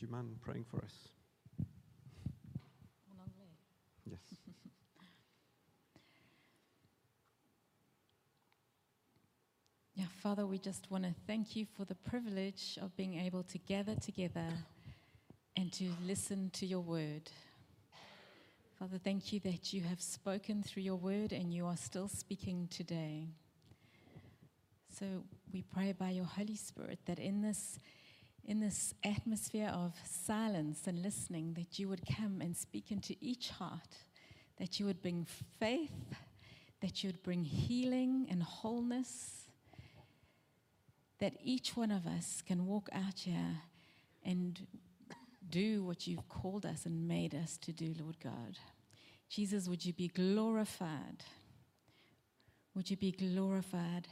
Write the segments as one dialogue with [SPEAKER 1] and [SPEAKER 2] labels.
[SPEAKER 1] you mind praying for us?
[SPEAKER 2] En anglais.
[SPEAKER 1] Yes.
[SPEAKER 2] Yeah, Father, we just want to thank you for the privilege of being able to gather together and to listen to your word. Father, thank you that you have spoken through your word and you are still speaking today. So we pray by your Holy Spirit that in this in this atmosphere of silence and listening that you would come and speak into each heart, that you would bring faith, that you would bring healing and wholeness, that each one of us can walk out here and do what you've called us and made us to do, Lord God. Jesus, would you be glorified? Would you be glorified?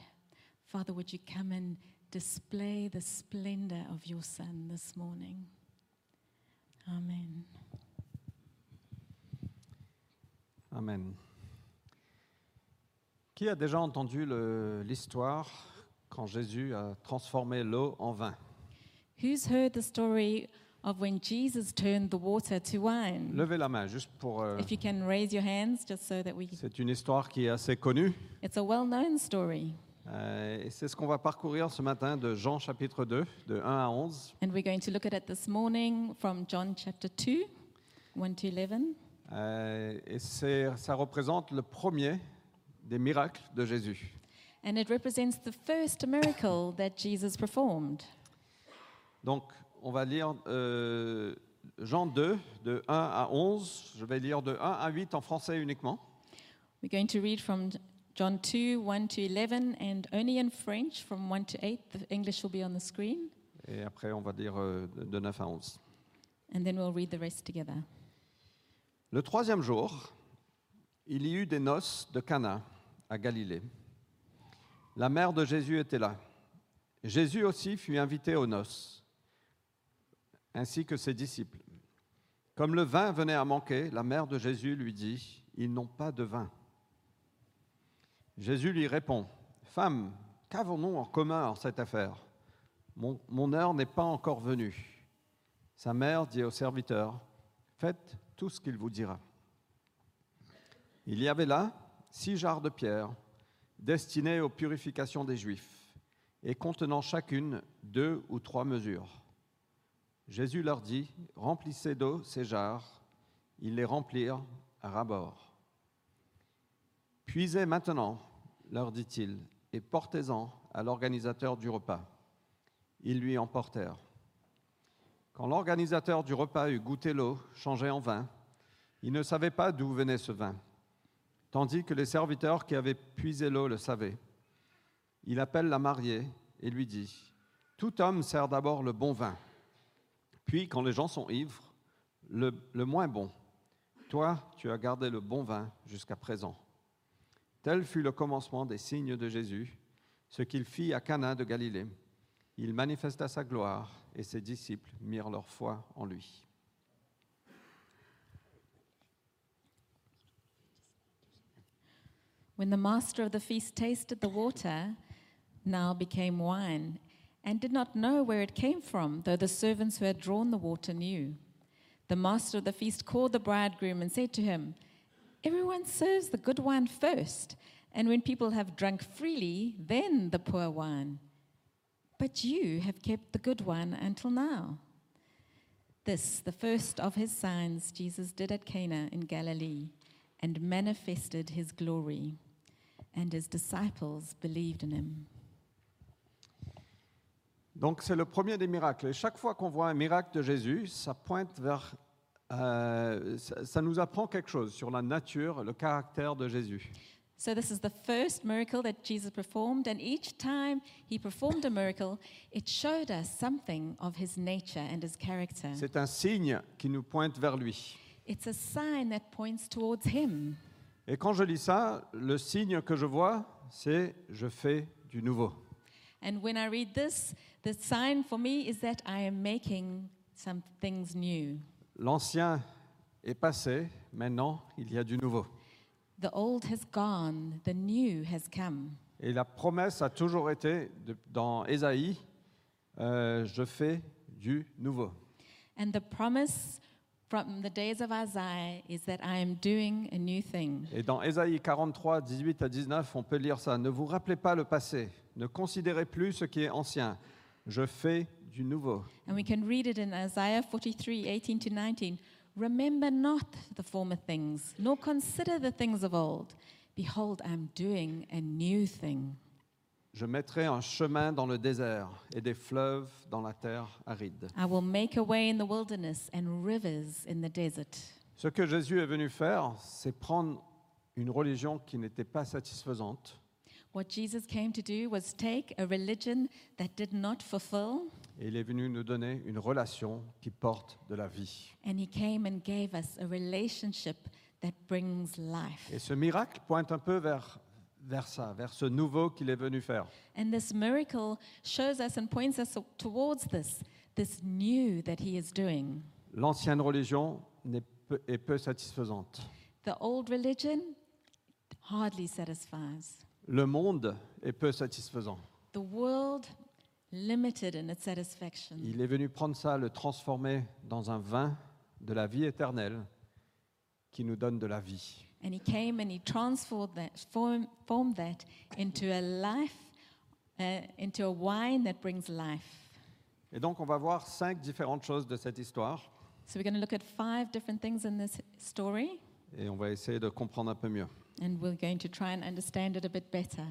[SPEAKER 2] Father, would you come and display the splendor of your Son this morning? Amen.
[SPEAKER 1] Amen. Qui a déjà entendu le- l'histoire quand Jésus a transformé l'eau en vin
[SPEAKER 2] Who's heard the story of when Jesus turned the water to wine?
[SPEAKER 1] Levez la main, juste pour... euh,
[SPEAKER 2] If you can raise your hands, just so that we.
[SPEAKER 1] c'est une histoire qui est assez connue.
[SPEAKER 2] It's a well known story.
[SPEAKER 1] Euh, et c'est ce qu'on va parcourir ce matin de Jean chapitre 2, de 1 à 11.
[SPEAKER 2] And we're going to look at it this morning from John chapter 2, 1 to 11.
[SPEAKER 1] Euh, et c'est- ça représente le premier des miracles de Jésus.
[SPEAKER 2] And it represents the first miracle that Jesus performed.
[SPEAKER 1] Donc, on va lire euh, Jean 2, de 1 à 11. Je vais lire de 1 à 8 en français uniquement.
[SPEAKER 2] We're going to read from John 2, 1 to 11, and only in French from 1 to 8. The English will be on the screen,
[SPEAKER 1] Et après, on va lire euh, de de 9 à 11.
[SPEAKER 2] and then we'll read the rest together.
[SPEAKER 1] Le troisième jour, il y eut des noces de Cana à Galilée. La mère de Jésus était là. Jésus aussi fut invité aux noces, ainsi que ses disciples. Comme le vin venait à manquer, la mère de Jésus lui dit, Ils n'ont pas de vin. Jésus lui répond, Femme, qu'avons-nous en commun en cette affaire mon, mon heure n'est pas encore venue. Sa mère dit au serviteur, Faites tout ce qu'il vous dira. Il y avait là six jarres de pierre destinées aux purifications des Juifs et contenant chacune deux ou trois mesures. Jésus leur dit, remplissez d'eau ces jarres. Ils les remplirent à rabord. Puisez maintenant, leur dit-il, et portez-en à l'organisateur du repas. Ils lui emportèrent. Quand l'organisateur du repas eut goûté l'eau changée en vin, il ne savait pas d'où venait ce vin, tandis que les serviteurs qui avaient puisé l'eau le savaient. Il appelle la mariée et lui dit, Tout homme sert d'abord le bon vin, puis quand les gens sont ivres, le, le moins bon. Toi, tu as gardé le bon vin jusqu'à présent. Tel fut le commencement des signes de Jésus, ce qu'il fit à Cana de Galilée. Il manifesta sa gloire et ses disciples mirent leur foi en lui.
[SPEAKER 2] When the master of the feast tasted the water, now became wine, and did not know where it came from, though the servants who had drawn the water knew. The master of the feast called the bridegroom and said to him, Everyone serves the good wine first, and when people have drunk freely, then the poor wine. But you have kept the good wine until now. This, the first of his signs, Jesus did at Cana in Galilee and manifested his glory, and his disciples believed in him.
[SPEAKER 1] Donc c'est le premier des miracles. Et chaque fois qu'on voit un miracle de Jésus, ça pointe vers... euh, ça, ça nous apprend quelque chose sur la nature, le caractère de Jésus.
[SPEAKER 2] So, this is the first miracle that Jesus performed, and each time he performed a miracle, it showed us something of his nature and his character.
[SPEAKER 1] C'est un signe qui nous pointe vers lui.
[SPEAKER 2] It's a sign that points towards him.
[SPEAKER 1] Et quand je lis ça, le signe que je vois, c'est je fais du nouveau.
[SPEAKER 2] And when I read this, the sign for me is that I am making some things new.
[SPEAKER 1] L'ancien est passé, maintenant il y a du nouveau.
[SPEAKER 2] The old has gone, the new has come.
[SPEAKER 1] Et la promesse a toujours été, de- dans Ésaïe, euh, je fais du nouveau.
[SPEAKER 2] And the promise from the days of Isaiah is that I am doing a new thing.
[SPEAKER 1] Et dans Ésaïe 43, 18 à 19, on peut lire ça. Ne vous rappelez pas le passé, ne considérez plus ce qui est ancien. Je fais du nouveau.
[SPEAKER 2] And we can read it in Isaiah 43 18 to 19. Remember not the former things, nor consider the things of old. Behold, I am doing a new thing.
[SPEAKER 1] Je mettrai un chemin dans le désert et des fleuves dans la terre aride.
[SPEAKER 2] I will make a way in the wilderness and rivers in the desert.
[SPEAKER 1] Ce que Jésus est venu faire, c'est prendre une religion qui n'était pas satisfaisante
[SPEAKER 2] What Jesus came to do was take a religion that did not fulfill,
[SPEAKER 1] et il est venu nous donner une relation qui porte de la vie.
[SPEAKER 2] and he came and gave us a relationship that brings life.
[SPEAKER 1] Et ce miracle pointe un peu vers, vers ça, vers ce nouveau qu'il est venu faire.
[SPEAKER 2] And this miracle shows us and points us towards this, this new that he is doing.
[SPEAKER 1] L'ancienne religion n'est peu- est peu satisfaisante.
[SPEAKER 2] The old religion hardly satisfies.
[SPEAKER 1] Le monde est peu satisfaisant.
[SPEAKER 2] The world limited in its satisfaction.
[SPEAKER 1] Il est venu prendre ça, le transformer dans un vin de la vie éternelle qui nous donne de la vie.
[SPEAKER 2] And he came and he transformed that, form, formed that into a life, uh, into a wine that brings life.
[SPEAKER 1] Et donc on va voir cinq différentes choses de cette histoire
[SPEAKER 2] So we're going to look at five different things in this story,
[SPEAKER 1] et on va essayer de comprendre un peu mieux.
[SPEAKER 2] and we're going to try and understand it a bit better.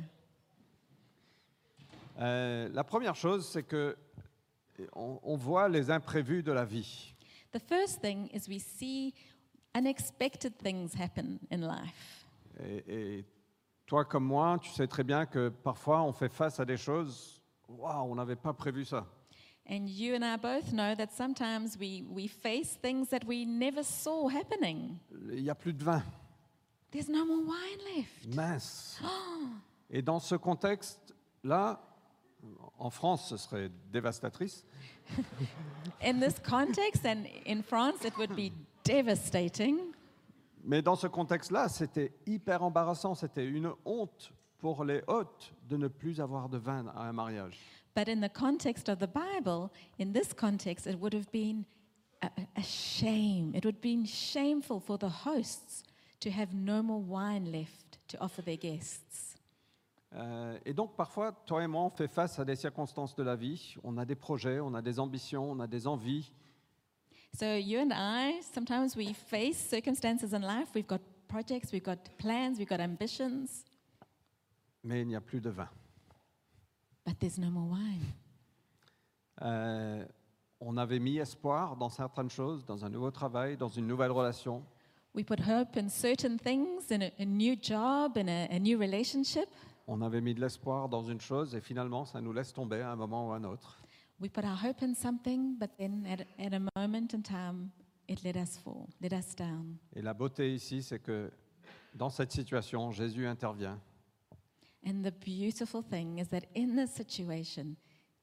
[SPEAKER 1] Euh, la première chose, c'est que on, on voit les imprévus de la vie.
[SPEAKER 2] The first thing is we see unexpected things happen in life.
[SPEAKER 1] Et, et toi comme moi, tu sais très bien que parfois on fait face à des choses, waouh, on n'avait pas prévu ça.
[SPEAKER 2] And you and I both know that sometimes we, we face things that we never saw happening.
[SPEAKER 1] Il n'y a plus de vin,
[SPEAKER 2] There's no more wine left.
[SPEAKER 1] mince. Et dans ce contexte-là, en France, ce serait dévastatrice.
[SPEAKER 2] In this context, and in France, it would be devastating.
[SPEAKER 1] Mais dans ce contexte-là, c'était hyper embarrassant, c'était une honte pour les hôtes de ne plus avoir de vin à un mariage.
[SPEAKER 2] But in the context of the Bible, in this context, it would have been a, a shame. It would have been shameful for the hosts to have no more wine left to offer their guests.
[SPEAKER 1] Euh, et donc parfois, toi et moi, on fait face à des circonstances de la vie, on a des projets, on a des ambitions, on a des envies,
[SPEAKER 2] So you and I, sometimes we face circumstances in life. We've got projects, we've got plans, we've got ambitions,
[SPEAKER 1] mais il n'y a plus de vin.
[SPEAKER 2] but there's no more wine.
[SPEAKER 1] Euh, on avait mis espoir dans certaines choses, dans un nouveau travail, dans une nouvelle relation,
[SPEAKER 2] We put hope in certain things, in a, a new job, in a, a new relationship.
[SPEAKER 1] on avait mis de l'espoir dans une chose et finalement, ça nous laisse tomber à un moment ou à un autre.
[SPEAKER 2] We put our hope in something, but then at, at a moment in time, it let us fall, let us down.
[SPEAKER 1] Et la beauté ici, c'est que dans cette situation, Jésus intervient.
[SPEAKER 2] And the beautiful thing is that in this situation,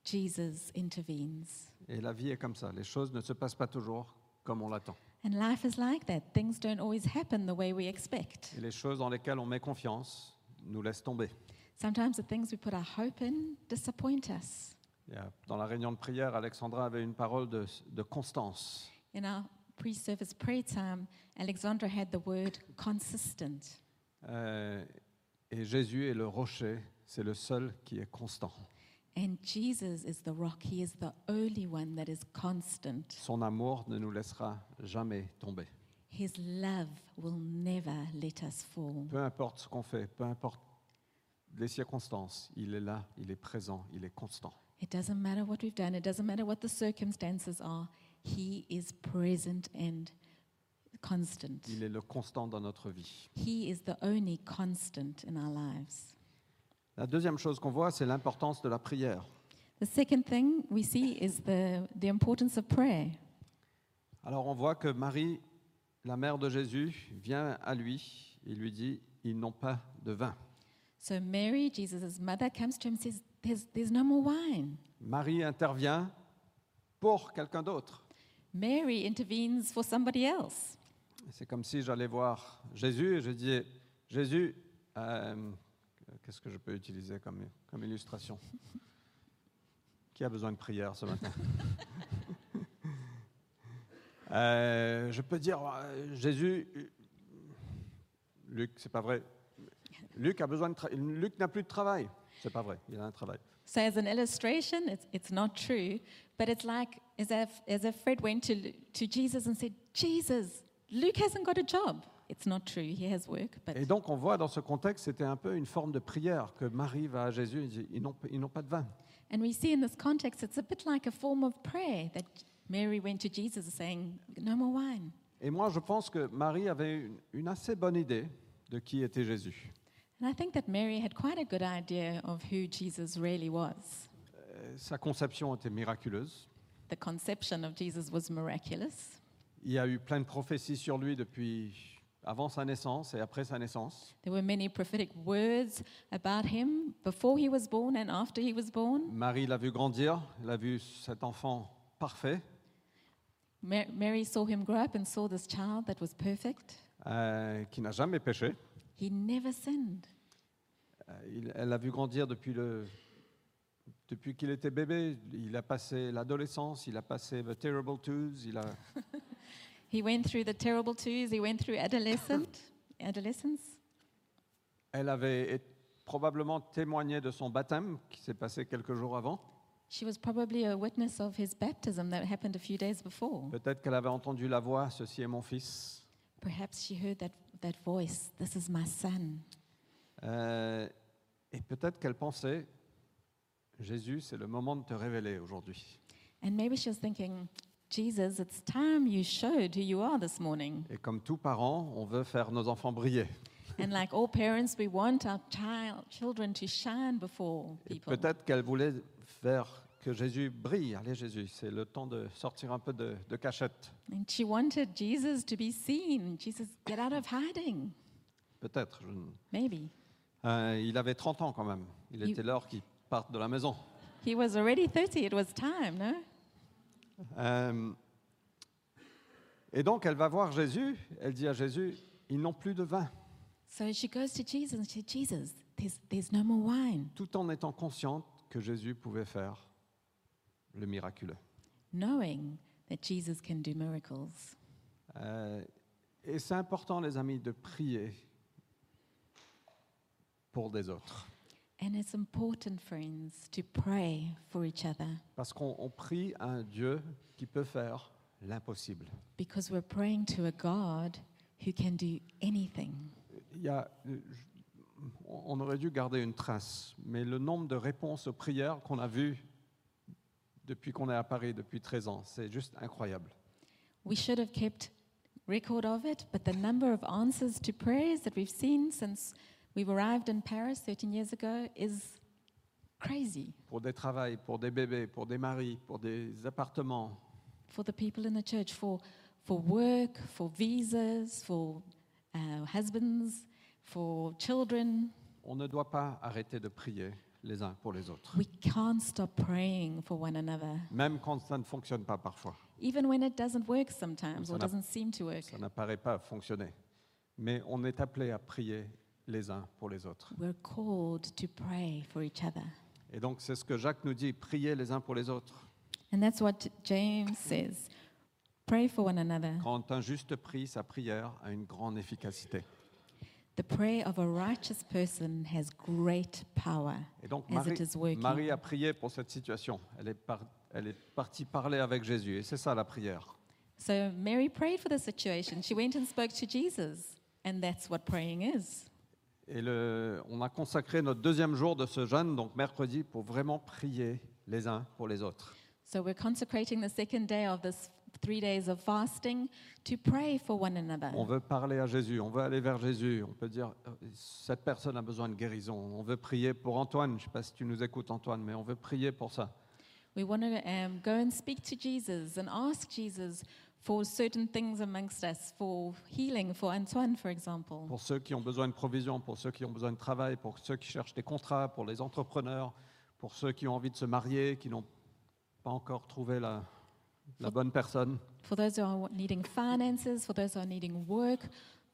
[SPEAKER 2] Jesus intervenes.
[SPEAKER 1] Et la vie est comme ça. Les choses ne se passent pas toujours comme on l'attend.
[SPEAKER 2] And life is like that. Things don't always happen the way we expect.
[SPEAKER 1] Et les choses dans lesquelles on met confiance nous laissent tomber.
[SPEAKER 2] Sometimes the things we put our hope in disappoint us.
[SPEAKER 1] Il y a- Dans la réunion de prière, Alexandra avait une parole de, de constance.
[SPEAKER 2] In our pre service prayer time, Alexandra had the word consistent.
[SPEAKER 1] Euh, et Jésus est le rocher, c'est le seul qui est constant.
[SPEAKER 2] And Jesus is the rock, He is the only one that is constant.
[SPEAKER 1] Son amour ne nous laissera jamais tomber.
[SPEAKER 2] His love will never let us fall.
[SPEAKER 1] Peu importe ce qu'on fait, peu importe les circonstances, il est là, il est présent, il est constant.
[SPEAKER 2] It doesn't matter what we've done, it doesn't matter what the circumstances are. He is present and constant.
[SPEAKER 1] Il est le constant dans notre vie.
[SPEAKER 2] He is the only constant in our lives.
[SPEAKER 1] La deuxième chose qu'on voit, c'est l'importance de la prière.
[SPEAKER 2] The second thing we see is the, the importance of prayer.
[SPEAKER 1] Alors on voit que Marie, la mère de Jésus, vient à lui et lui dit, ils n'ont pas de vin.
[SPEAKER 2] So Mary, Jesus' mother, comes to him and says, There's, there's no more wine.
[SPEAKER 1] Marie intervient pour quelqu'un d'autre.
[SPEAKER 2] Mary intervenes for somebody else.
[SPEAKER 1] C'est comme si j'allais voir Jésus et je disais, Jésus, euh, qu'est-ce que je peux utiliser comme, comme illustration Qui a besoin de prière ce matin Euh, je peux dire, euh, Jésus, euh, Luc, c'est pas vrai. Luc a besoin de tra- Luc n'a plus de travail. C'est pas vrai. Il a un travail.
[SPEAKER 2] So, as an illustration, it's, it's not true, but it's like as if, as if Fred went to, Lu- to Jesus and said, Jesus, Luke hasn't got a job. It's not true. He has work, but
[SPEAKER 1] Et donc on voit dans ce contexte, c'était un peu une forme de prière que Marie va à Jésus. et dit, ils n'ont ils n'ont pas de vin.
[SPEAKER 2] And we see in this context, it's a bit like a form of prayer that Mary went to Jesus saying, No more wine.
[SPEAKER 1] Et moi, je pense que Marie avait une, une assez bonne idée de qui était Jésus.
[SPEAKER 2] And I think that Mary had quite a good idea of who Jesus really was.
[SPEAKER 1] Euh, Sa conception était miraculeuse.
[SPEAKER 2] The conception of Jesus was miraculous.
[SPEAKER 1] Il y a eu plein de prophéties sur lui depuis avant sa naissance et après sa naissance.
[SPEAKER 2] There were many prophetic words about him before he was born and after he was born.
[SPEAKER 1] Marie l'a vu grandir, elle a vu cet enfant parfait.
[SPEAKER 2] Ma- Mary saw him grow up and saw this child that was perfect.
[SPEAKER 1] euh, qui n'a jamais péché.
[SPEAKER 2] He never sinned.
[SPEAKER 1] Euh, il- elle l'a vu grandir depuis, le, depuis qu'il était bébé. Il a passé l'adolescence, il a passé The Terrible Twos, il a,
[SPEAKER 2] He went through the terrible twos, he went through adolescent, adolescence.
[SPEAKER 1] elle avait é- probablement témoigné de son baptême qui s'est passé quelques jours avant.
[SPEAKER 2] She was probably a witness of his baptism that happened a few days before.
[SPEAKER 1] Peut-être qu'elle avait entendu la voix Ceci est mon fils.
[SPEAKER 2] Perhaps she heard that, that voice, This is my son.
[SPEAKER 1] Euh, et peut-être qu'elle pensait Jésus, c'est le moment de te révéler aujourd'hui.
[SPEAKER 2] And maybe she was thinking, Jesus, it's time you showed who you are this morning.
[SPEAKER 1] Et comme tout parent, on veut faire nos enfants briller.
[SPEAKER 2] and like all parents, we want our child, children to shine before
[SPEAKER 1] Et
[SPEAKER 2] people.
[SPEAKER 1] Peut-être qu'elle voulait faire que Jésus brille. Allez Jésus, c'est le temps de sortir un peu de, de cachette,
[SPEAKER 2] And she wanted Jesus to be seen. Jesus, get out of hiding.
[SPEAKER 1] peut-être. je ne-
[SPEAKER 2] Maybe.
[SPEAKER 1] Euh, il avait 30 ans quand même. Il
[SPEAKER 2] Il-
[SPEAKER 1] était l'heure qu'il parte de la maison.
[SPEAKER 2] He was already 30, it was time, no?
[SPEAKER 1] Euh, et donc elle va voir Jésus. Elle dit à Jésus, ils n'ont plus de vin,
[SPEAKER 2] So she goes to Jesus and she said, Jesus, there's, there's no more wine.
[SPEAKER 1] tout en étant consciente que Jésus pouvait faire le miraculeux.
[SPEAKER 2] knowing that Jesus can do miracles.
[SPEAKER 1] Euh, et c'est important, les amis, de prier pour des autres.
[SPEAKER 2] And it's important, friends, to pray for each other
[SPEAKER 1] Parce qu'on on prie à un Dieu qui peut faire l'impossible.
[SPEAKER 2] because we're praying to a God who can do anything.
[SPEAKER 1] Il y a- euh, je- on on aurait dû garder une trace, mais le nombre de réponses aux prières qu'on a vues depuis qu'on est à Paris, depuis 13 ans, c'est juste incroyable.
[SPEAKER 2] We should have kept record of it, but the number of answers to prayers that we've seen since we've arrived in Paris 13 years ago is crazy
[SPEAKER 1] Pour des travails, pour des bébés, pour des maris, pour des appartements.
[SPEAKER 2] for the people in the church, for, for work, for visas, for uh, husbands, for children.
[SPEAKER 1] On ne doit pas arrêter de prier les uns pour les autres,
[SPEAKER 2] We can't stop praying for one another,
[SPEAKER 1] même quand ça ne fonctionne pas parfois.
[SPEAKER 2] even when it doesn't work sometimes or
[SPEAKER 1] Sana-
[SPEAKER 2] doesn't seem to work.
[SPEAKER 1] Ça n'apparaît pas fonctionner. Mais on est appelé à prier les uns pour les autres.
[SPEAKER 2] We're called to pray for each other.
[SPEAKER 1] Et donc c'est ce que Jacques nous dit, priez les uns pour les autres.
[SPEAKER 2] And that's what James says pray for one another.
[SPEAKER 1] Quand un juste prie, sa prière a une grande efficacité.
[SPEAKER 2] The prayer of a righteous person has great power.
[SPEAKER 1] Et donc
[SPEAKER 2] As it
[SPEAKER 1] Marie,
[SPEAKER 2] is working.
[SPEAKER 1] Marie a prié pour cette situation. Elle est, par- elle est partie parler avec Jésus. Et c'est ça la prière.
[SPEAKER 2] So Mary prayed for the situation. She went and spoke to Jesus, and that's what praying is.
[SPEAKER 1] Et le- on a consacré notre deuxième jour de ce jeûne, donc mercredi, pour vraiment prier les uns pour les autres.
[SPEAKER 2] So we're consecrating the second day of this three days of fasting to pray for one another.
[SPEAKER 1] On veut parler à Jésus, on veut aller vers Jésus, on peut dire, euh, cette personne a besoin de guérison, on veut prier pour Antoine, je ne sais pas si tu nous écoutes Antoine, mais on veut prier pour ça.
[SPEAKER 2] We want to um, go and speak to Jesus and ask Jesus for certain things amongst us, for healing, for Antoine, for example.
[SPEAKER 1] pour ceux qui ont besoin de provision, pour ceux qui ont besoin de travail, pour ceux qui cherchent des contrats, pour les entrepreneurs, pour ceux qui ont envie de se marier, qui n'ont pas encore trouvé la, la bonne personne.
[SPEAKER 2] For those who are needing finances, for those who are needing work,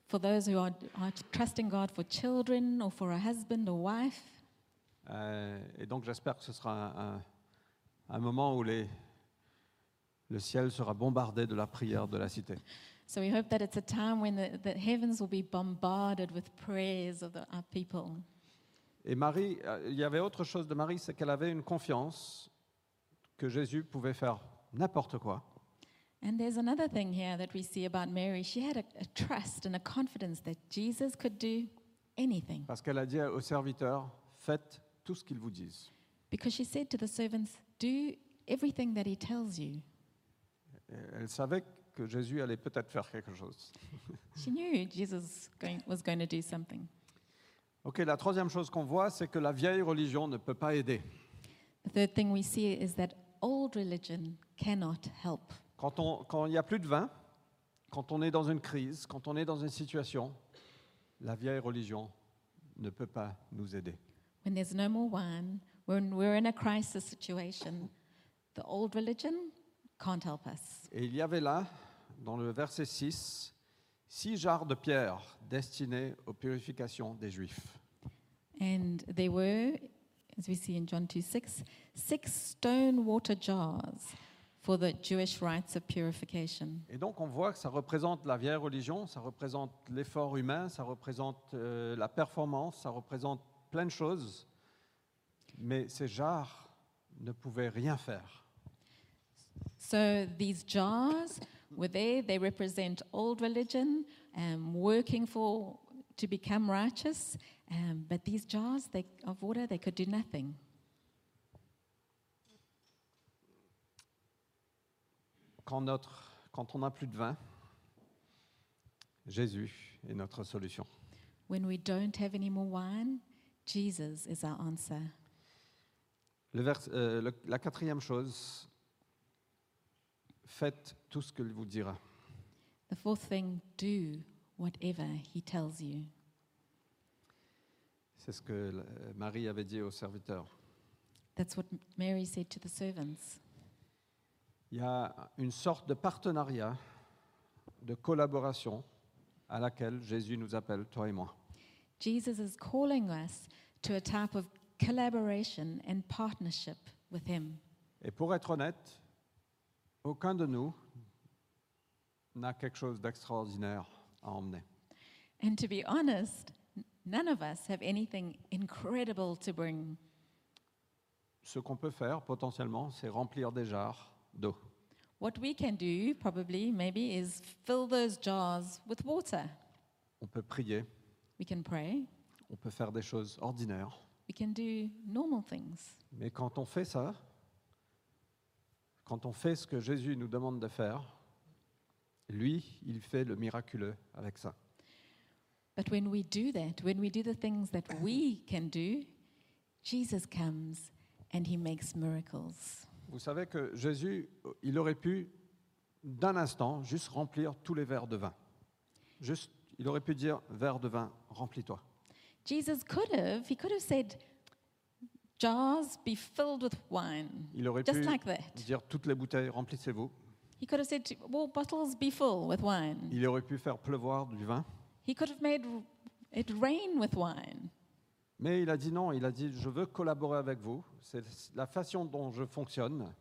[SPEAKER 2] for those who are, are trusting God for children or for a husband or wife.
[SPEAKER 1] Euh, et donc j'espère que ce sera un, un- un moment où les, le ciel sera bombardé de la prière de la cité.
[SPEAKER 2] So we hope that it's a time when the, the heavens will be bombarded with prayers of the, our people.
[SPEAKER 1] Et Marie, euh, il y avait autre chose de Marie, c'est qu'elle avait une confiance que Jésus pouvait faire n'importe quoi.
[SPEAKER 2] And there's another thing here that we see about Mary. She had a, a trust and a confidence that Jesus could do anything
[SPEAKER 1] Parce qu'elle a dit aux serviteurs, faites tout ce qu'ils vous disent.
[SPEAKER 2] because she said to the servants, Do everything that he tells you.
[SPEAKER 1] Et elle savait que Jésus allait peut-être faire quelque chose.
[SPEAKER 2] She knew Jesus going, was going to do something.
[SPEAKER 1] Ok, la troisième chose qu'on voit, c'est que la vieille religion ne peut pas aider.
[SPEAKER 2] The third thing we see is that old religion cannot help.
[SPEAKER 1] Quand on- quand il n'y a plus de vin, quand on est dans une crise, quand on est dans une situation, la vieille religion ne peut pas nous aider.
[SPEAKER 2] When there's no more wine, when we're in a crisis situation, the old religion can't help us.
[SPEAKER 1] Et il y avait là, dans le verset 6, six jarres de pierre destinées aux purifications des Juifs.
[SPEAKER 2] And there were, as we see in John 2 6, six stone water jars for the Jewish rites of purification.
[SPEAKER 1] Et donc on voit que ça représente la vieille religion, ça représente l'effort humain, ça représente euh, la performance, ça représente plein de choses. Mais ces jarres ne pouvaient rien faire.
[SPEAKER 2] So these jars were there, they represent old religion, um, working for to become righteous, um, but these jars they, of water, they could do nothing.
[SPEAKER 1] Quand, notre, quand on n'a plus de vin, Jésus est notre solution.
[SPEAKER 2] When we don't have any more wine, Jesus is our answer.
[SPEAKER 1] Le vers- euh, le- la quatrième chose, faites tout ce qu'il vous dira.
[SPEAKER 2] The fourth thing, do whatever he tells you.
[SPEAKER 1] C'est ce que euh, Marie avait dit aux serviteurs.
[SPEAKER 2] That's what Mary said to the servants.
[SPEAKER 1] Il y a une sorte de partenariat, de collaboration à laquelle Jésus nous appelle, toi et moi.
[SPEAKER 2] Jesus is calling us to a type of collaboration and partnership with him.
[SPEAKER 1] Et pour être honnête, aucun de nous n'a quelque chose d'extraordinaire à emmener.
[SPEAKER 2] And to be honest, n- none of us have anything incredible to bring.
[SPEAKER 1] Ce qu'on peut faire potentiellement, c'est remplir des jarres d'eau.
[SPEAKER 2] What we can do, probably, maybe, is fill those jars with water.
[SPEAKER 1] On peut prier,
[SPEAKER 2] We can pray,
[SPEAKER 1] on peut faire des choses ordinaires.
[SPEAKER 2] we can do normal things.
[SPEAKER 1] Mais quand on fait ça, quand on fait ce que Jésus nous demande de faire, lui, il fait le miraculeux avec ça.
[SPEAKER 2] But when we do that, when we do the things that we can do, Jesus comes and he makes miracles.
[SPEAKER 1] Vous savez que Jésus, il aurait pu, d'un instant, juste remplir tous les verres de vin. Juste, il aurait pu dire, verre de vin, remplis-toi.
[SPEAKER 2] Jesus could have, he could have said, jars be filled with wine,
[SPEAKER 1] Il aurait
[SPEAKER 2] just
[SPEAKER 1] pu
[SPEAKER 2] like that.
[SPEAKER 1] dire, toutes les bouteilles, remplissez-vous.
[SPEAKER 2] He could have said, to- well, bottles be full with wine.
[SPEAKER 1] Il aurait pu faire pleuvoir du vin.
[SPEAKER 2] He could have made r- it rain with wine.
[SPEAKER 1] Mais il a dit non, il a dit, je veux collaborer avec vous. C'est la façon dont je fonctionne.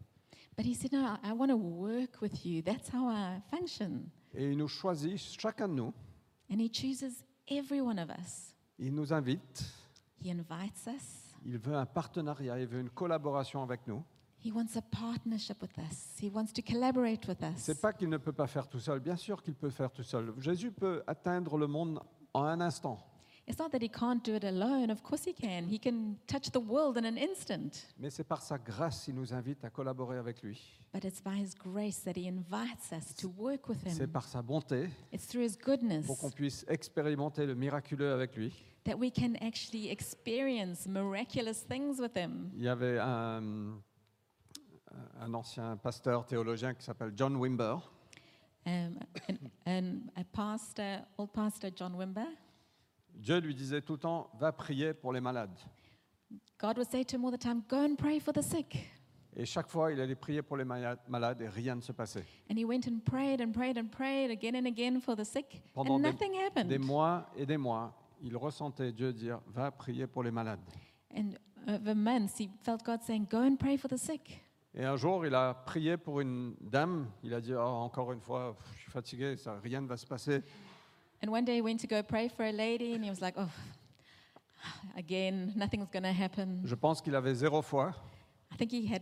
[SPEAKER 2] But he said, no, I, I want to work with you. That's how I function.
[SPEAKER 1] Et il nous choisit, chacun de nous.
[SPEAKER 2] And he chooses every one of us.
[SPEAKER 1] Il nous invite,
[SPEAKER 2] He invites us.
[SPEAKER 1] il veut un partenariat, il veut une collaboration avec nous.
[SPEAKER 2] He wants a partnership with us. He wants to collaborate with us.
[SPEAKER 1] C'est pas qu'il ne peut pas faire tout seul, bien sûr qu'il peut faire tout seul. Jésus peut atteindre le monde en un instant,
[SPEAKER 2] It's not that he can't do it alone. Of course he can. He can touch the world in an instant.
[SPEAKER 1] mais c'est par sa grâce qu'il nous invite à collaborer avec lui.
[SPEAKER 2] But it's by his grace that he invites us to work with
[SPEAKER 1] C'est
[SPEAKER 2] him.
[SPEAKER 1] par sa bonté
[SPEAKER 2] It's through his goodness
[SPEAKER 1] pour qu'on puisse expérimenter le miraculeux avec lui.
[SPEAKER 2] that we can actually experience miraculous things with him.
[SPEAKER 1] Il y avait un, un ancien pasteur théologien qui s'appelle John Wimber,
[SPEAKER 2] Um, and, and a pastor, old pastor John Wimber,
[SPEAKER 1] Dieu lui disait tout le temps va prier pour les malades.
[SPEAKER 2] God would say to him all the time, Go and pray for the sick.
[SPEAKER 1] Et chaque fois, il allait prier pour les mala- malades et rien ne se passait.
[SPEAKER 2] And he went and prayed and prayed and prayed again and again for the sick,
[SPEAKER 1] Pendant
[SPEAKER 2] and
[SPEAKER 1] des-
[SPEAKER 2] nothing happened.
[SPEAKER 1] Des mois et des mois, il ressentait Dieu dire Va prier pour les malades.
[SPEAKER 2] and over months, he felt God saying, Go and pray for the sick.
[SPEAKER 1] Et un jour, il a prié pour une dame. Il a dit Ah, Encore une fois, pff, je suis fatigué, ça, rien ne va se passer.
[SPEAKER 2] And one day he went to go pray for a lady, and he was like, oh, again, nothing's going to happen.
[SPEAKER 1] Je pense qu'il avait zéro foi
[SPEAKER 2] I think he had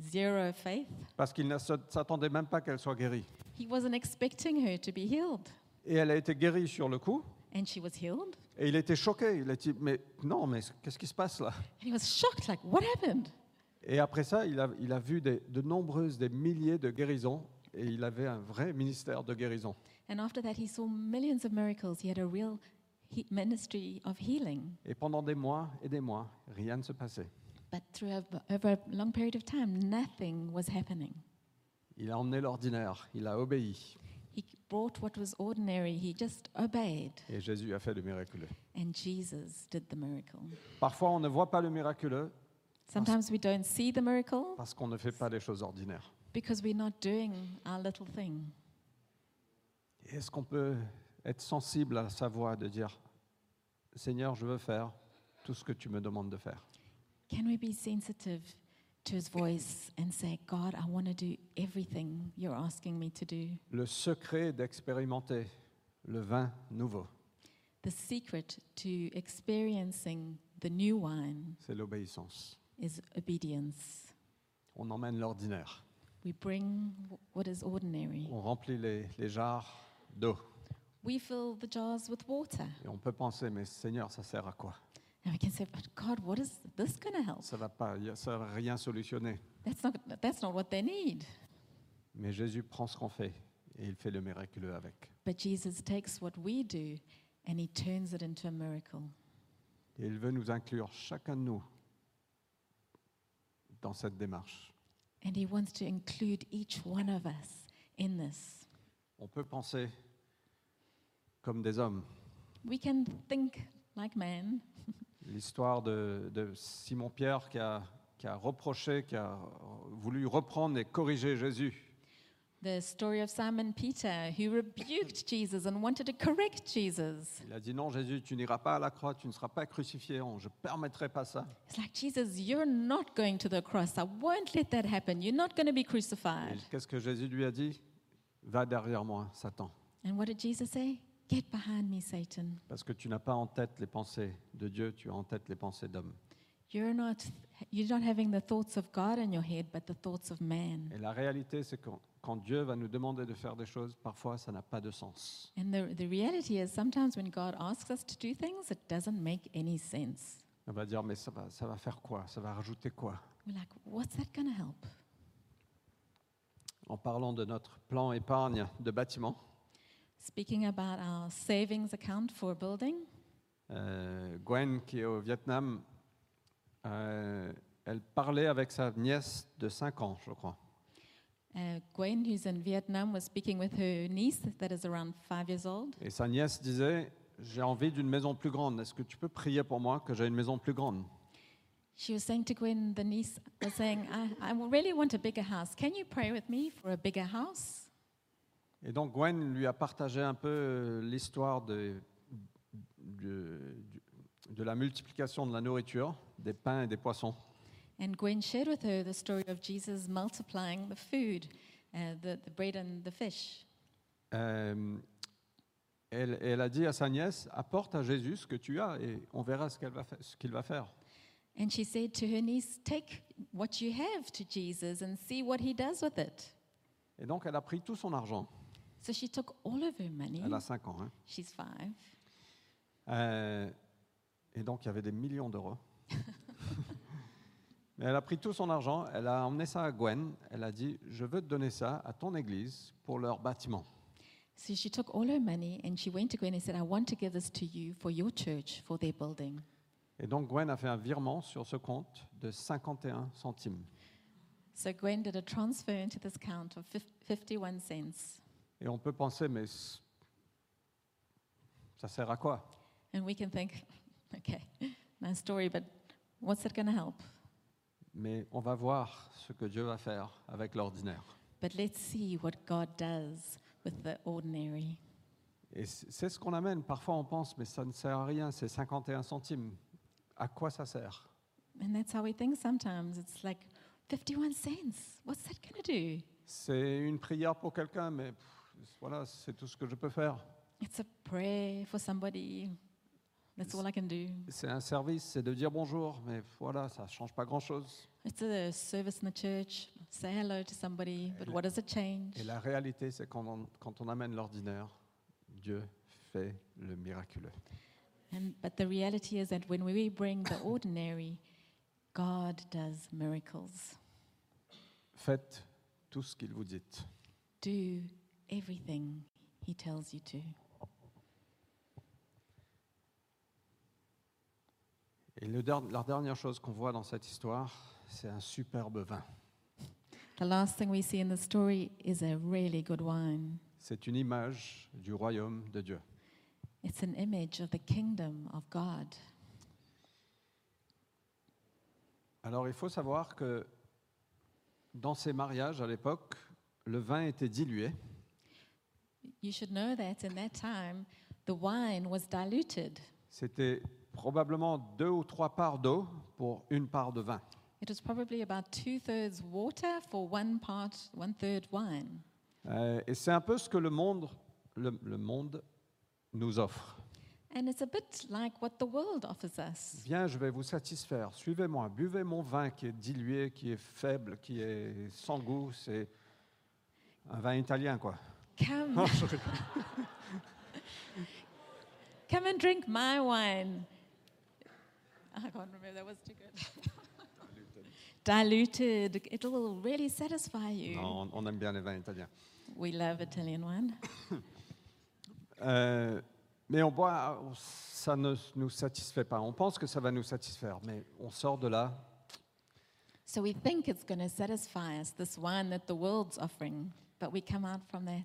[SPEAKER 2] zero faith.
[SPEAKER 1] parce qu'il ne se- s'attendait même pas qu'elle soit guérie.
[SPEAKER 2] He wasn't expecting her to be healed.
[SPEAKER 1] Et elle a été guérie sur le coup.
[SPEAKER 2] And she was healed.
[SPEAKER 1] Et il était choqué. Il a dit Mais non, mais qu'est-ce qui se passe là
[SPEAKER 2] And he was shocked, like, what happened?
[SPEAKER 1] Et après ça, il a, il a vu des- de nombreuses, des milliers de guérisons. Et il avait un vrai ministère de guérison.
[SPEAKER 2] And after that, he saw millions of miracles. He had a real he- ministry of healing.
[SPEAKER 1] Et pendant des mois et des mois, rien ne se passait.
[SPEAKER 2] But through a, over a long period of time, nothing was happening.
[SPEAKER 1] Il a emmené l'ordinaire, il a obéi.
[SPEAKER 2] He brought what was ordinary, he just obeyed.
[SPEAKER 1] Et Jésus a fait le miraculeux.
[SPEAKER 2] And Jesus did the miracle.
[SPEAKER 1] Parfois, on ne voit pas le miraculeux
[SPEAKER 2] Sometimes we don't see the miracle
[SPEAKER 1] parce qu'on ne fait pas les choses ordinaires.
[SPEAKER 2] because we're not doing our little thing.
[SPEAKER 1] Et Est-ce qu'on peut être sensible à sa voix de dire Seigneur, je veux faire tout ce que tu me demandes de faire
[SPEAKER 2] Can we be sensitive to his voice and say, God, I want to do everything you're asking me to do?
[SPEAKER 1] Le secret d'expérimenter le vin nouveau,
[SPEAKER 2] The secret to experiencing the new wine
[SPEAKER 1] c'est l'obéissance.
[SPEAKER 2] is obedience.
[SPEAKER 1] On emmène l'ordinaire,
[SPEAKER 2] We bring w- what is ordinary.
[SPEAKER 1] on remplit les, les jarres d'eau.
[SPEAKER 2] We fill the jars with water.
[SPEAKER 1] Et on peut penser Mais Seigneur, ça sert à quoi
[SPEAKER 2] And we can say, but God, what is this going to help?
[SPEAKER 1] Ça va pas, y a- ça va rien solutionner.
[SPEAKER 2] That's not, that's not what they need.
[SPEAKER 1] Mais Jésus prend ce qu'on fait et il fait le miraculeux avec.
[SPEAKER 2] But Jesus takes what we do and he turns it into a miracle.
[SPEAKER 1] Et il veut nous inclure, chacun de nous, dans cette démarche.
[SPEAKER 2] And he wants to include each one of us in this.
[SPEAKER 1] On peut penser comme des hommes.
[SPEAKER 2] We can think like man.
[SPEAKER 1] L'histoire de, de Simon-Pierre qui a, qui a reproché, qui a voulu reprendre et corriger Jésus.
[SPEAKER 2] The story of Simon Peter, who rebuked Jesus and wanted to correct Jesus.
[SPEAKER 1] Il a dit non, Jésus, tu n'iras pas à la croix, tu ne seras pas crucifié, on- je ne permettrai pas ça.
[SPEAKER 2] It's like, Jesus, you're not going to the cross. I won't let that happen. You're not going to be
[SPEAKER 1] Et
[SPEAKER 2] crucified.
[SPEAKER 1] qu'est-ce que Jésus lui a dit Va derrière moi, Satan,
[SPEAKER 2] And what did Jesus say? Get behind me, Satan.
[SPEAKER 1] parce que tu n'as pas en tête les pensées de Dieu, tu as en tête les pensées d'homme.
[SPEAKER 2] You're not, you're not having the thoughts of God in your head, but the thoughts of man.
[SPEAKER 1] Et la réalité, c'est que quand Dieu va nous demander de faire des choses, parfois ça n'a pas de sens.
[SPEAKER 2] And the, the reality is, sometimes when God asks us to do things, it doesn't make any sense.
[SPEAKER 1] On va dire, mais ça va, ça va faire quoi Ça va rajouter quoi
[SPEAKER 2] We're like, what's that going to help?
[SPEAKER 1] En parlant de notre plan épargne de bâtiment,
[SPEAKER 2] Speaking about our savings account for a building,
[SPEAKER 1] euh, Gwen, qui est au Vietnam, euh, elle parlait avec sa nièce de 5 ans, je crois.
[SPEAKER 2] uh, Gwen, who's in Vietnam, was speaking with her niece that is around five years old.
[SPEAKER 1] Et sa nièce disait, j'ai envie d'une maison plus grande. Est-ce que tu peux prier pour moi que j'ai une maison plus grande
[SPEAKER 2] She was saying to Gwen, the niece was saying, I, I really want a bigger house. Can you pray with me for a bigger house?
[SPEAKER 1] Et donc Gwen lui a partagé un peu euh, l'histoire de, de, de la multiplication de la nourriture, des pains et des poissons.
[SPEAKER 2] And Gwen shared with her the story of Jesus multiplying the food, uh, the, the bread and the fish.
[SPEAKER 1] Euh, elle, elle a dit à sa nièce, apporte à Jésus ce que tu as et on verra ce qu'elle va fa- ce qu'il va faire.
[SPEAKER 2] And she said to her niece, Take what you have to Jesus and see what he does with it.
[SPEAKER 1] Et donc elle a pris tout son argent,
[SPEAKER 2] So she took all of her money.
[SPEAKER 1] elle a 5 ans, hein.
[SPEAKER 2] She's five.
[SPEAKER 1] Euh, et donc il y avait des millions d'euros. Mais elle a pris tout son argent, elle a emmené ça à Gwen, elle a dit, je veux te donner ça à ton église pour leur bâtiment.
[SPEAKER 2] So she took all her money and she went to Gwen and said, I want to give this to you for your church, for their building.
[SPEAKER 1] Et donc Gwen a fait un virement sur ce compte de 51 centimes.
[SPEAKER 2] So Gwen did a transfer into this account of fif- 51 cents.
[SPEAKER 1] Et on peut penser, mais c- ça sert à quoi
[SPEAKER 2] And we can think, okay, nice story, but what's that going to help?
[SPEAKER 1] Mais on va voir ce que Dieu va faire avec l'ordinaire.
[SPEAKER 2] But let's see what God does with the ordinary.
[SPEAKER 1] Et c- c'est ce qu'on amène. Parfois on pense, mais ça ne sert à rien, c'est 51 centimes. À quoi ça sert
[SPEAKER 2] And that's how we think sometimes. It's like, 51 cents. What's that going to do?
[SPEAKER 1] C'est une prière pour quelqu'un, mais pff, voilà, c'est tout ce que je peux faire.
[SPEAKER 2] It's a prayer for somebody. That's all I can do.
[SPEAKER 1] C'est un service, c'est de dire bonjour, mais voilà, ça ne change pas grand-chose.
[SPEAKER 2] It's a service in the church. Say hello to somebody, but what does it change?
[SPEAKER 1] Et la réalité, c'est quand on, quand on amène l'ordinaire, Dieu fait le miraculeux.
[SPEAKER 2] And, but the reality is that when we bring the ordinary, God does miracles.
[SPEAKER 1] Faites tout ce qu'il vous dit.
[SPEAKER 2] Do everything He tells you to.
[SPEAKER 1] Et le der- la dernière chose qu'on voit dans cette histoire, c'est un superbe vin.
[SPEAKER 2] The last thing we see in the story is a really good wine.
[SPEAKER 1] C'est une image du royaume de Dieu.
[SPEAKER 2] It's an image of the kingdom of God.
[SPEAKER 1] Alors il faut savoir que dans ces mariages à l'époque, le vin était dilué
[SPEAKER 2] You should know that in that time, the wine was diluted.
[SPEAKER 1] C'était probablement deux ou trois parts d'eau pour une part de vin.
[SPEAKER 2] It was probably about two thirds water for one part, one third wine.
[SPEAKER 1] Euh, et c'est un peu ce que le monde, le, le monde nous offre.
[SPEAKER 2] And it's a bit like what the world offers us.
[SPEAKER 1] Viens, je vais vous satisfaire. Suivez-moi, buvez mon vin qui est dilué, qui est faible, qui est sans goût. C'est un vin italien, quoi.
[SPEAKER 2] Come,
[SPEAKER 1] Non, je rigole.
[SPEAKER 2] come and drink my wine. I can't remember, that was too good. Diluted. It'll really satisfy you.
[SPEAKER 1] Non, on on aime bien les vins italiens.
[SPEAKER 2] We love Italian wine.
[SPEAKER 1] Euh, mais on boit, on- ça ne nous satisfait pas. On pense que ça va nous satisfaire, mais on sort de là
[SPEAKER 2] So we think it's going to satisfy us, this wine that the world's offering, but we come out from that,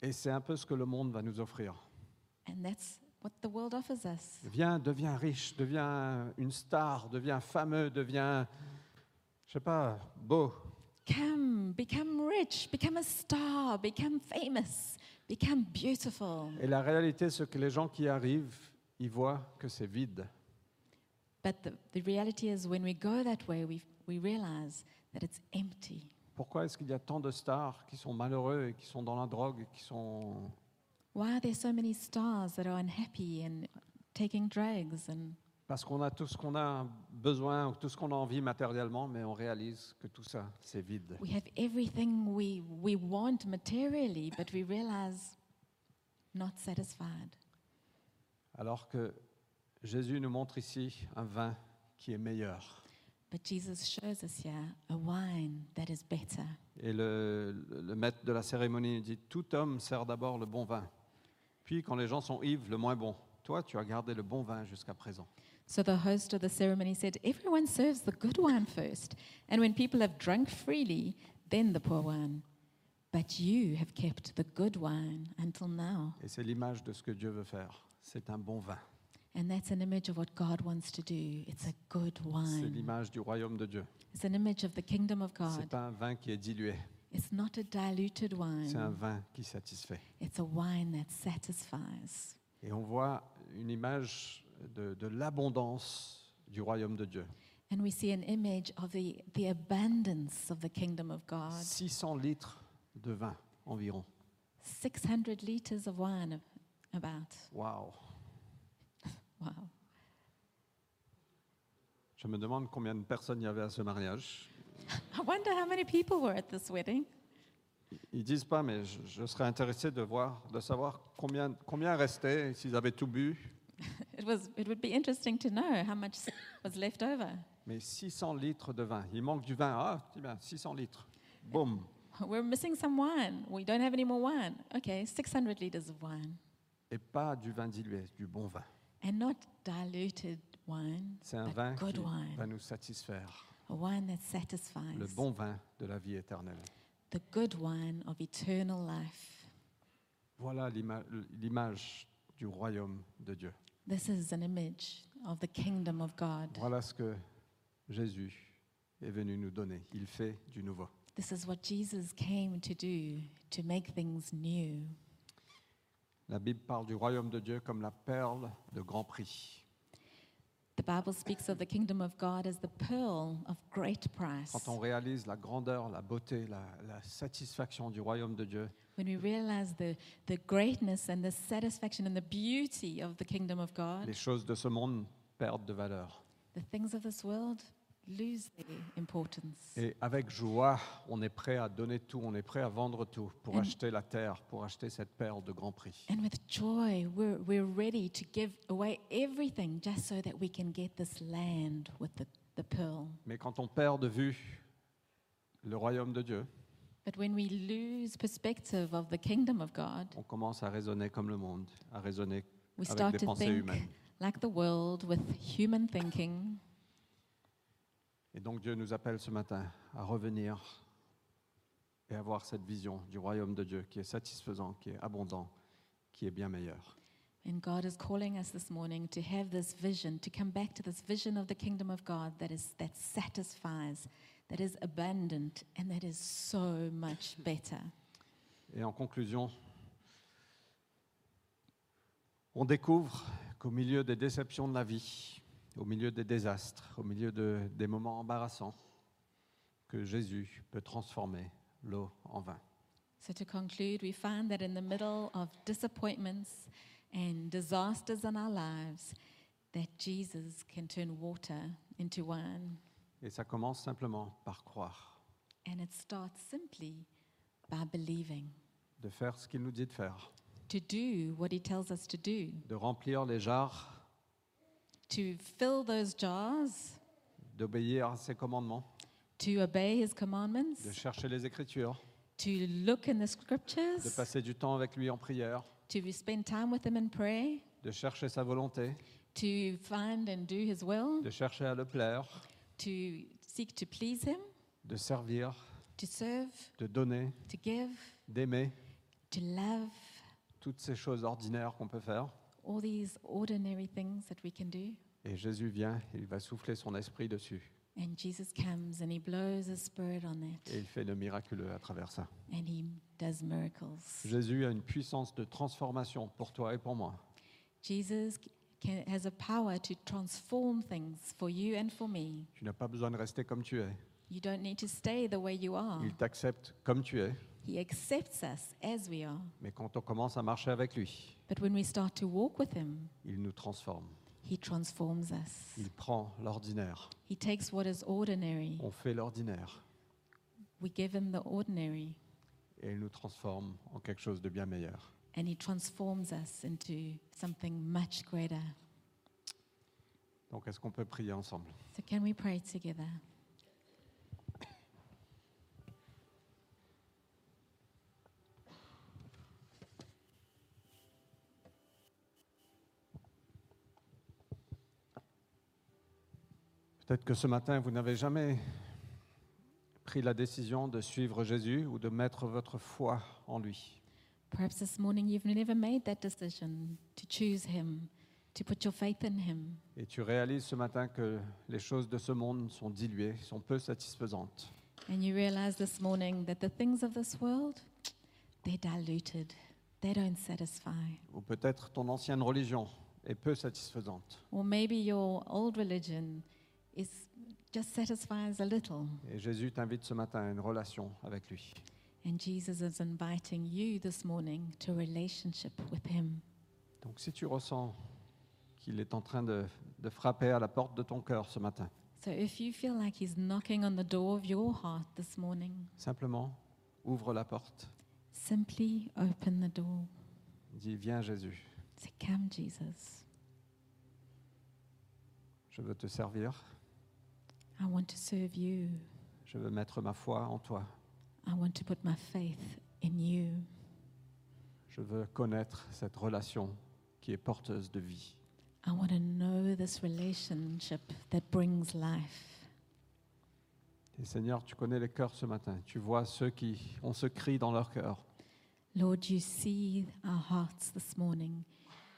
[SPEAKER 1] et c'est un peu ce que le monde va nous offrir.
[SPEAKER 2] and that's what the world offers us.
[SPEAKER 1] Viens, deviens riche, deviens une star, deviens fameux, deviens, je sais pas, beau.
[SPEAKER 2] Come, become rich, become a star, become famous, become beautiful.
[SPEAKER 1] Et la réalité, c'est que les gens qui arrivent, ils voient que c'est vide.
[SPEAKER 2] But the, the reality is, when we go that way, we, we realize that it's empty.
[SPEAKER 1] Pourquoi est-ce qu'il y a tant de stars qui sont malheureux et qui sont dans la drogue, et qui sont
[SPEAKER 2] Why are there so many stars that are unhappy and taking drugs? And
[SPEAKER 1] parce qu'on a tout ce qu'on a besoin, ou tout ce qu'on a envie matériellement, mais on réalise que tout ça, c'est vide.
[SPEAKER 2] we have everything we, we want materially, but we realize not satisfied.
[SPEAKER 1] Alors que Jésus nous montre ici un vin qui est meilleur.
[SPEAKER 2] But Jesus shows us here a wine that is better.
[SPEAKER 1] Et le, le maître de la cérémonie dit Tout homme sert d'abord le bon vin, puis quand les gens sont ivres, le moins bon. Toi, tu as gardé le bon vin jusqu'à présent.
[SPEAKER 2] So the host of the ceremony said, Everyone serves the good wine first, and when people have drunk freely, then the poor wine. But you have kept the good wine until now.
[SPEAKER 1] Et c'est l'image de ce que Dieu veut faire. C'est un bon vin.
[SPEAKER 2] And that's an image of what God wants to do. It's a good
[SPEAKER 1] C'est
[SPEAKER 2] wine.
[SPEAKER 1] l'image du royaume de Dieu.
[SPEAKER 2] It's an image of the kingdom of
[SPEAKER 1] C'est
[SPEAKER 2] God.
[SPEAKER 1] pas un vin qui est dilué.
[SPEAKER 2] It's not a diluted
[SPEAKER 1] C'est un
[SPEAKER 2] wine,
[SPEAKER 1] vin qui satisfait.
[SPEAKER 2] it's a wine that satisfies.
[SPEAKER 1] Et on voit une image de, de l'abondance du royaume de Dieu.
[SPEAKER 2] And we see an image of the, the abundance of the kingdom of God.
[SPEAKER 1] 600 litres de vin environ.
[SPEAKER 2] 600 liters of wine ab- about.
[SPEAKER 1] Waouh
[SPEAKER 2] Wow.
[SPEAKER 1] Je me demande combien de personnes il y avait à ce mariage.
[SPEAKER 2] I wonder how many people were at this wedding.
[SPEAKER 1] Ils disent pas, mais je, je serais intéressé de voir, de savoir combien, combien restait, s'ils avaient tout bu.
[SPEAKER 2] It, was, it would be interesting to know how much s- was left over.
[SPEAKER 1] Mais 600 litres de vin. Il manque du vin. Ah, c'est bien, 600 litres. Boum.
[SPEAKER 2] We're missing some wine. We don't have any more wine. Okay, 600 liters of wine.
[SPEAKER 1] Et pas du vin dilué, du bon vin.
[SPEAKER 2] And not diluted wine,
[SPEAKER 1] C'est un
[SPEAKER 2] But
[SPEAKER 1] vin
[SPEAKER 2] good
[SPEAKER 1] qui
[SPEAKER 2] wine.
[SPEAKER 1] va nous satisfaire.
[SPEAKER 2] a wine that satisfies.
[SPEAKER 1] Le bon vin de la vie éternelle.
[SPEAKER 2] The good wine of eternal life.
[SPEAKER 1] Voilà l'ima- l'image du royaume de Dieu.
[SPEAKER 2] This is an image of the kingdom of God.
[SPEAKER 1] Voilà ce que Jésus est venu nous donner. Il fait du nouveau.
[SPEAKER 2] This is what Jesus came to do, to make things new.
[SPEAKER 1] La Bible parle du royaume de Dieu comme la perle de grand prix.
[SPEAKER 2] The Bible speaks of the kingdom of God as the pearl of great price.
[SPEAKER 1] Quand on réalise la grandeur, la beauté, la, la satisfaction du royaume de Dieu,
[SPEAKER 2] When we realize the, the greatness and the satisfaction and the beauty of the kingdom of God,
[SPEAKER 1] les choses de ce monde perdent de valeur.
[SPEAKER 2] the things of this world lose their importance.
[SPEAKER 1] Et avec joie, on est prêt à donner tout, on est prêt à vendre tout pour acheter la terre, pour acheter cette perle de grand prix.
[SPEAKER 2] And with joy, we're, we're ready to give away everything just so that we can get this land with the, the pearl.
[SPEAKER 1] Mais quand on perd de vue le royaume de Dieu,
[SPEAKER 2] But when we lose perspective of the kingdom of God,
[SPEAKER 1] on commence à raisonner comme le monde, à raisonner
[SPEAKER 2] we
[SPEAKER 1] avec
[SPEAKER 2] start
[SPEAKER 1] des
[SPEAKER 2] to
[SPEAKER 1] pensées
[SPEAKER 2] think
[SPEAKER 1] humaines.
[SPEAKER 2] like the world with human thinking.
[SPEAKER 1] Et donc Dieu nous appelle ce matin à revenir et avoir cette vision du royaume de Dieu qui est satisfaisant, qui est abondant, qui est bien meilleur.
[SPEAKER 2] And God is calling us this morning to have this vision, to come back to this vision of the kingdom of God that is that satisfies, that is abundant, and that is so much better.
[SPEAKER 1] Et en conclusion, on découvre qu'au milieu des déceptions de la vie, au milieu des désastres, au milieu de- des moments embarrassants, que Jésus peut transformer l'eau en vin.
[SPEAKER 2] So, to conclude, we find that in the middle of disappointments and disasters in our lives, that Jesus can turn water into wine.
[SPEAKER 1] Et ça commence simplement par croire,
[SPEAKER 2] And it starts simply by believing,
[SPEAKER 1] de faire ce qu'il nous dit de faire,
[SPEAKER 2] to do what he tells us to do,
[SPEAKER 1] de remplir les jarres,
[SPEAKER 2] to fill those jars,
[SPEAKER 1] d'obéir à ses commandements,
[SPEAKER 2] to obey his commandments,
[SPEAKER 1] de chercher les Écritures,
[SPEAKER 2] to look in the
[SPEAKER 1] de
[SPEAKER 2] scriptures,
[SPEAKER 1] passer du temps avec lui en prière,
[SPEAKER 2] to spend time with him in prayer,
[SPEAKER 1] de chercher sa volonté,
[SPEAKER 2] to find and do his will,
[SPEAKER 1] de chercher à le plaire,
[SPEAKER 2] to seek to please him,
[SPEAKER 1] de servir,
[SPEAKER 2] to serve,
[SPEAKER 1] de donner,
[SPEAKER 2] to give,
[SPEAKER 1] d'aimer.
[SPEAKER 2] to love,
[SPEAKER 1] toutes ces choses ordinaires qu'on peut faire.
[SPEAKER 2] all these ordinary things that we can do.
[SPEAKER 1] Et Jésus vient, il va souffler son esprit dessus
[SPEAKER 2] And Jesus comes and he blows his spirit on
[SPEAKER 1] et
[SPEAKER 2] that
[SPEAKER 1] il fait le miraculeux à travers ça.
[SPEAKER 2] and he does miracles.
[SPEAKER 1] Jésus a une puissance de transformation pour toi et pour moi.
[SPEAKER 2] Jesus can, has a power to transform things for you and for me.
[SPEAKER 1] Tu n'as pas besoin de rester comme tu es.
[SPEAKER 2] You don't need to stay the way you are.
[SPEAKER 1] Il t'accepte comme tu es,
[SPEAKER 2] He accepts us as we are.
[SPEAKER 1] mais quand on commence à marcher avec lui,
[SPEAKER 2] But when we start to walk with him,
[SPEAKER 1] il nous transforme.
[SPEAKER 2] he transforms us.
[SPEAKER 1] Il prend l'ordinaire.
[SPEAKER 2] He takes what is ordinary,
[SPEAKER 1] On fait l'ordinaire
[SPEAKER 2] we give him the ordinary,
[SPEAKER 1] et il nous transforme en quelque chose de bien meilleur.
[SPEAKER 2] and he transforms us into something much greater.
[SPEAKER 1] Donc est-ce qu'on peut prier ensemble
[SPEAKER 2] So, can we pray together?
[SPEAKER 1] Peut-être que ce matin, vous n'avez jamais pris la décision de suivre Jésus ou de mettre votre foi en lui.
[SPEAKER 2] Perhaps this morning you've never made that decision to choose him, to put your faith in him,
[SPEAKER 1] Et tu réalises ce matin que les choses de ce monde sont diluées, sont peu satisfaisantes.
[SPEAKER 2] and you realize this morning that the things of this world, they're diluted, they don't satisfy.
[SPEAKER 1] Ou peut-être ton ancienne religion est peu satisfaisante.
[SPEAKER 2] Or maybe your old religion is just satisfies a little.
[SPEAKER 1] Et Jésus t'invite ce matin à une relation avec lui.
[SPEAKER 2] And Jesus is inviting you this morning to a relationship with him.
[SPEAKER 1] Donc si tu ressens qu'il est en train de, de frapper à la porte de ton cœur ce matin,
[SPEAKER 2] So if you feel like he's knocking on the door of your heart this morning,
[SPEAKER 1] simplement ouvre la porte.
[SPEAKER 2] simply open the door.
[SPEAKER 1] Dis, viens Jésus,
[SPEAKER 2] Say, Come, Jesus.
[SPEAKER 1] je veux te servir,
[SPEAKER 2] I want to serve you.
[SPEAKER 1] je veux mettre ma foi en toi.
[SPEAKER 2] I want to put my faith in you.
[SPEAKER 1] Je veux connaître cette relation qui est porteuse de vie.
[SPEAKER 2] I want to know this relationship that brings life.
[SPEAKER 1] Et Seigneur, tu connais les cœurs ce matin. Tu vois ceux qui ont ce cri dans leur cœur.
[SPEAKER 2] Lord, you see our hearts this morning.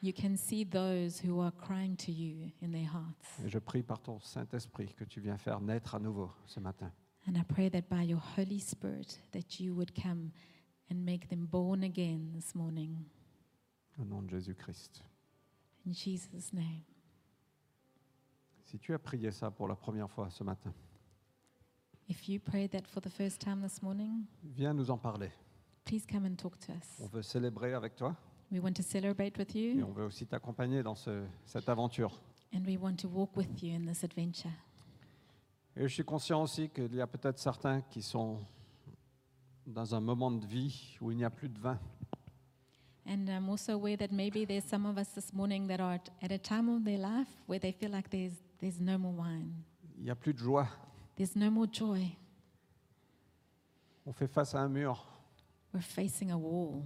[SPEAKER 2] You can see those who are crying to you in their hearts.
[SPEAKER 1] Et je prie par ton Saint-Esprit que tu viens faire naître à nouveau ce matin.
[SPEAKER 2] And I pray that by your Holy Spirit that you would come and make them born again this morning.
[SPEAKER 1] Au nom de Jésus-Christ.
[SPEAKER 2] In Jesus' name.
[SPEAKER 1] Si tu as prié ça pour la première fois ce matin,
[SPEAKER 2] If you prayed that for the first time this morning,
[SPEAKER 1] viens nous en parler.
[SPEAKER 2] please come and talk to
[SPEAKER 1] On
[SPEAKER 2] us.
[SPEAKER 1] veut célébrer avec toi
[SPEAKER 2] We want to celebrate with
[SPEAKER 1] et on
[SPEAKER 2] you
[SPEAKER 1] veut aussi t'accompagner dans ce- cette aventure.
[SPEAKER 2] and we want to walk with you in this adventure.
[SPEAKER 1] Et je suis conscient aussi qu'il y a peut-être certains qui sont dans un moment de vie où il n'y a plus de vin.
[SPEAKER 2] And I'm also aware that maybe there's some of us this morning that are at- at a time of their life where they feel like there's, there's no more wine,
[SPEAKER 1] Il n'y a plus de joie.
[SPEAKER 2] there's no more joy.
[SPEAKER 1] On fait face à un mur.
[SPEAKER 2] We're facing a wall.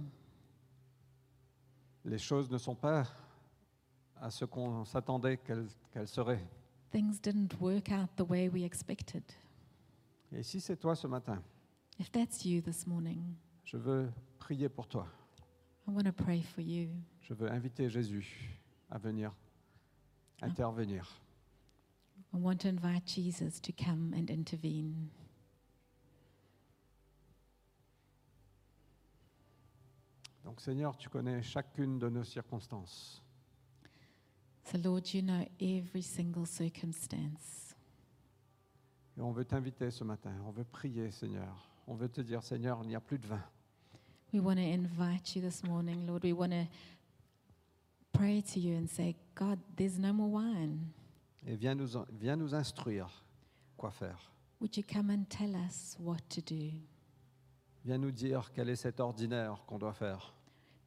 [SPEAKER 1] Les choses ne sont pas à ce qu'on s'attendait qu'elles qu'elles seraient.
[SPEAKER 2] Things didn't work out the way we expected.
[SPEAKER 1] Et si c'est toi ce matin,
[SPEAKER 2] If that's you this morning,
[SPEAKER 1] je veux prier pour toi.
[SPEAKER 2] I want to pray for you.
[SPEAKER 1] Je veux inviter Jésus à venir intervenir.
[SPEAKER 2] I want to invite Jesus to come and intervene.
[SPEAKER 1] Donc Seigneur, tu connais chacune de nos circonstances.
[SPEAKER 2] So, Lord, you know every single circumstance.
[SPEAKER 1] Et on veut t'inviter ce matin. On veut prier, Seigneur. On veut te dire, Seigneur, il n'y a plus de vin.
[SPEAKER 2] We want to invite you this morning, Lord. We want to pray to you and say, God, there's no more wine.
[SPEAKER 1] Et viens nous, viens nous instruire quoi faire.
[SPEAKER 2] Would you come and tell us what to do?
[SPEAKER 1] Viens nous dire quel est cet ordinaire qu'on doit faire.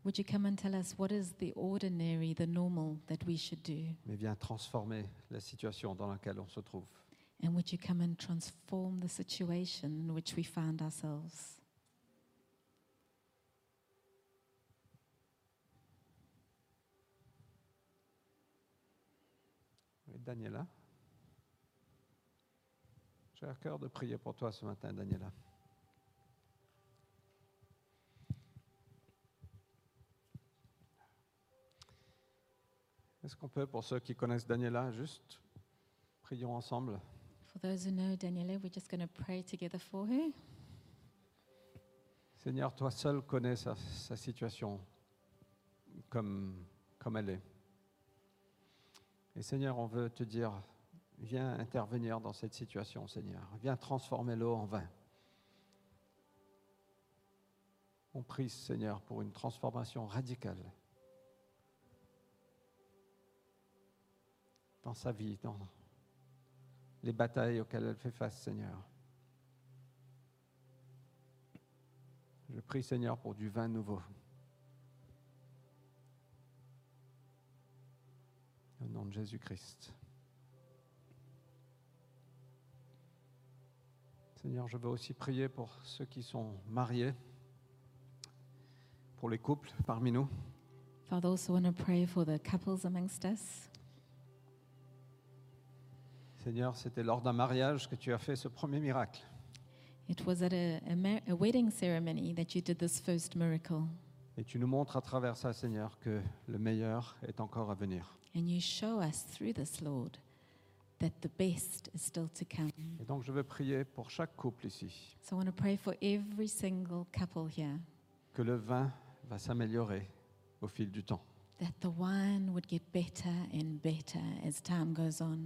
[SPEAKER 2] Would you come and tell us what is the ordinary, the normal that we should do?
[SPEAKER 1] Mais viens transformer la situation dans laquelle on se trouve.
[SPEAKER 2] And would you come and transform the situation in which we find ourselves?
[SPEAKER 1] Et Daniela, j'ai à cœur de prier pour toi ce matin, Daniela. Est-ce qu'on peut, pour ceux qui connaissent Daniela, juste prions ensemble
[SPEAKER 2] For those who know Daniela, we're just going to pray together for her.
[SPEAKER 1] Seigneur, toi seul connais sa, sa situation comme, comme elle est. Et Seigneur, on veut te dire, viens intervenir dans cette situation, Seigneur. Viens transformer l'eau en vin. On prie, Seigneur, pour une transformation radicale dans sa vie, dans les batailles auxquelles elle fait face, Seigneur. Je prie, Seigneur, pour du vin nouveau. Au nom de Jésus-Christ. Seigneur, je veux aussi prier pour ceux qui sont mariés, pour les couples parmi nous.
[SPEAKER 2] Father, also want to pray for the couples amongst us.
[SPEAKER 1] Seigneur, c'était lors d'un mariage que tu as fait ce premier miracle.
[SPEAKER 2] It was at a, a, mar- a wedding ceremony that you did this first miracle,
[SPEAKER 1] Et tu nous montres à travers ça, Seigneur, que le meilleur est encore à venir.
[SPEAKER 2] and you show us through this, Lord, that the best is still to come.
[SPEAKER 1] Et donc, je veux prier pour chaque couple ici,
[SPEAKER 2] So I want to pray for every single couple here
[SPEAKER 1] que le vin va s'améliorer au fil du temps.
[SPEAKER 2] that the wine would get better and better as time goes on,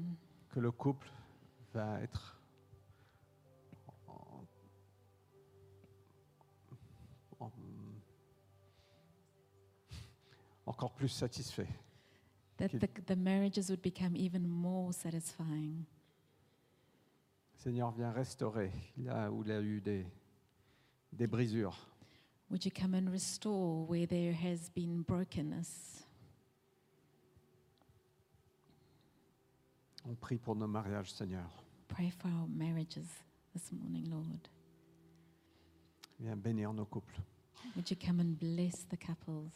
[SPEAKER 1] que le couple va être en- en- encore plus satisfait.
[SPEAKER 2] that
[SPEAKER 1] Okay.
[SPEAKER 2] the, the marriages would become even more satisfying.
[SPEAKER 1] Seigneur, viens restaurer là où il y a eu des, des brisures.
[SPEAKER 2] Would you come and restore where there has been brokenness?
[SPEAKER 1] On prie pour nos mariages, Seigneur.
[SPEAKER 2] Pray for our marriages this morning, Lord.
[SPEAKER 1] Viens bénir nos couples.
[SPEAKER 2] Would you come and bless the couples?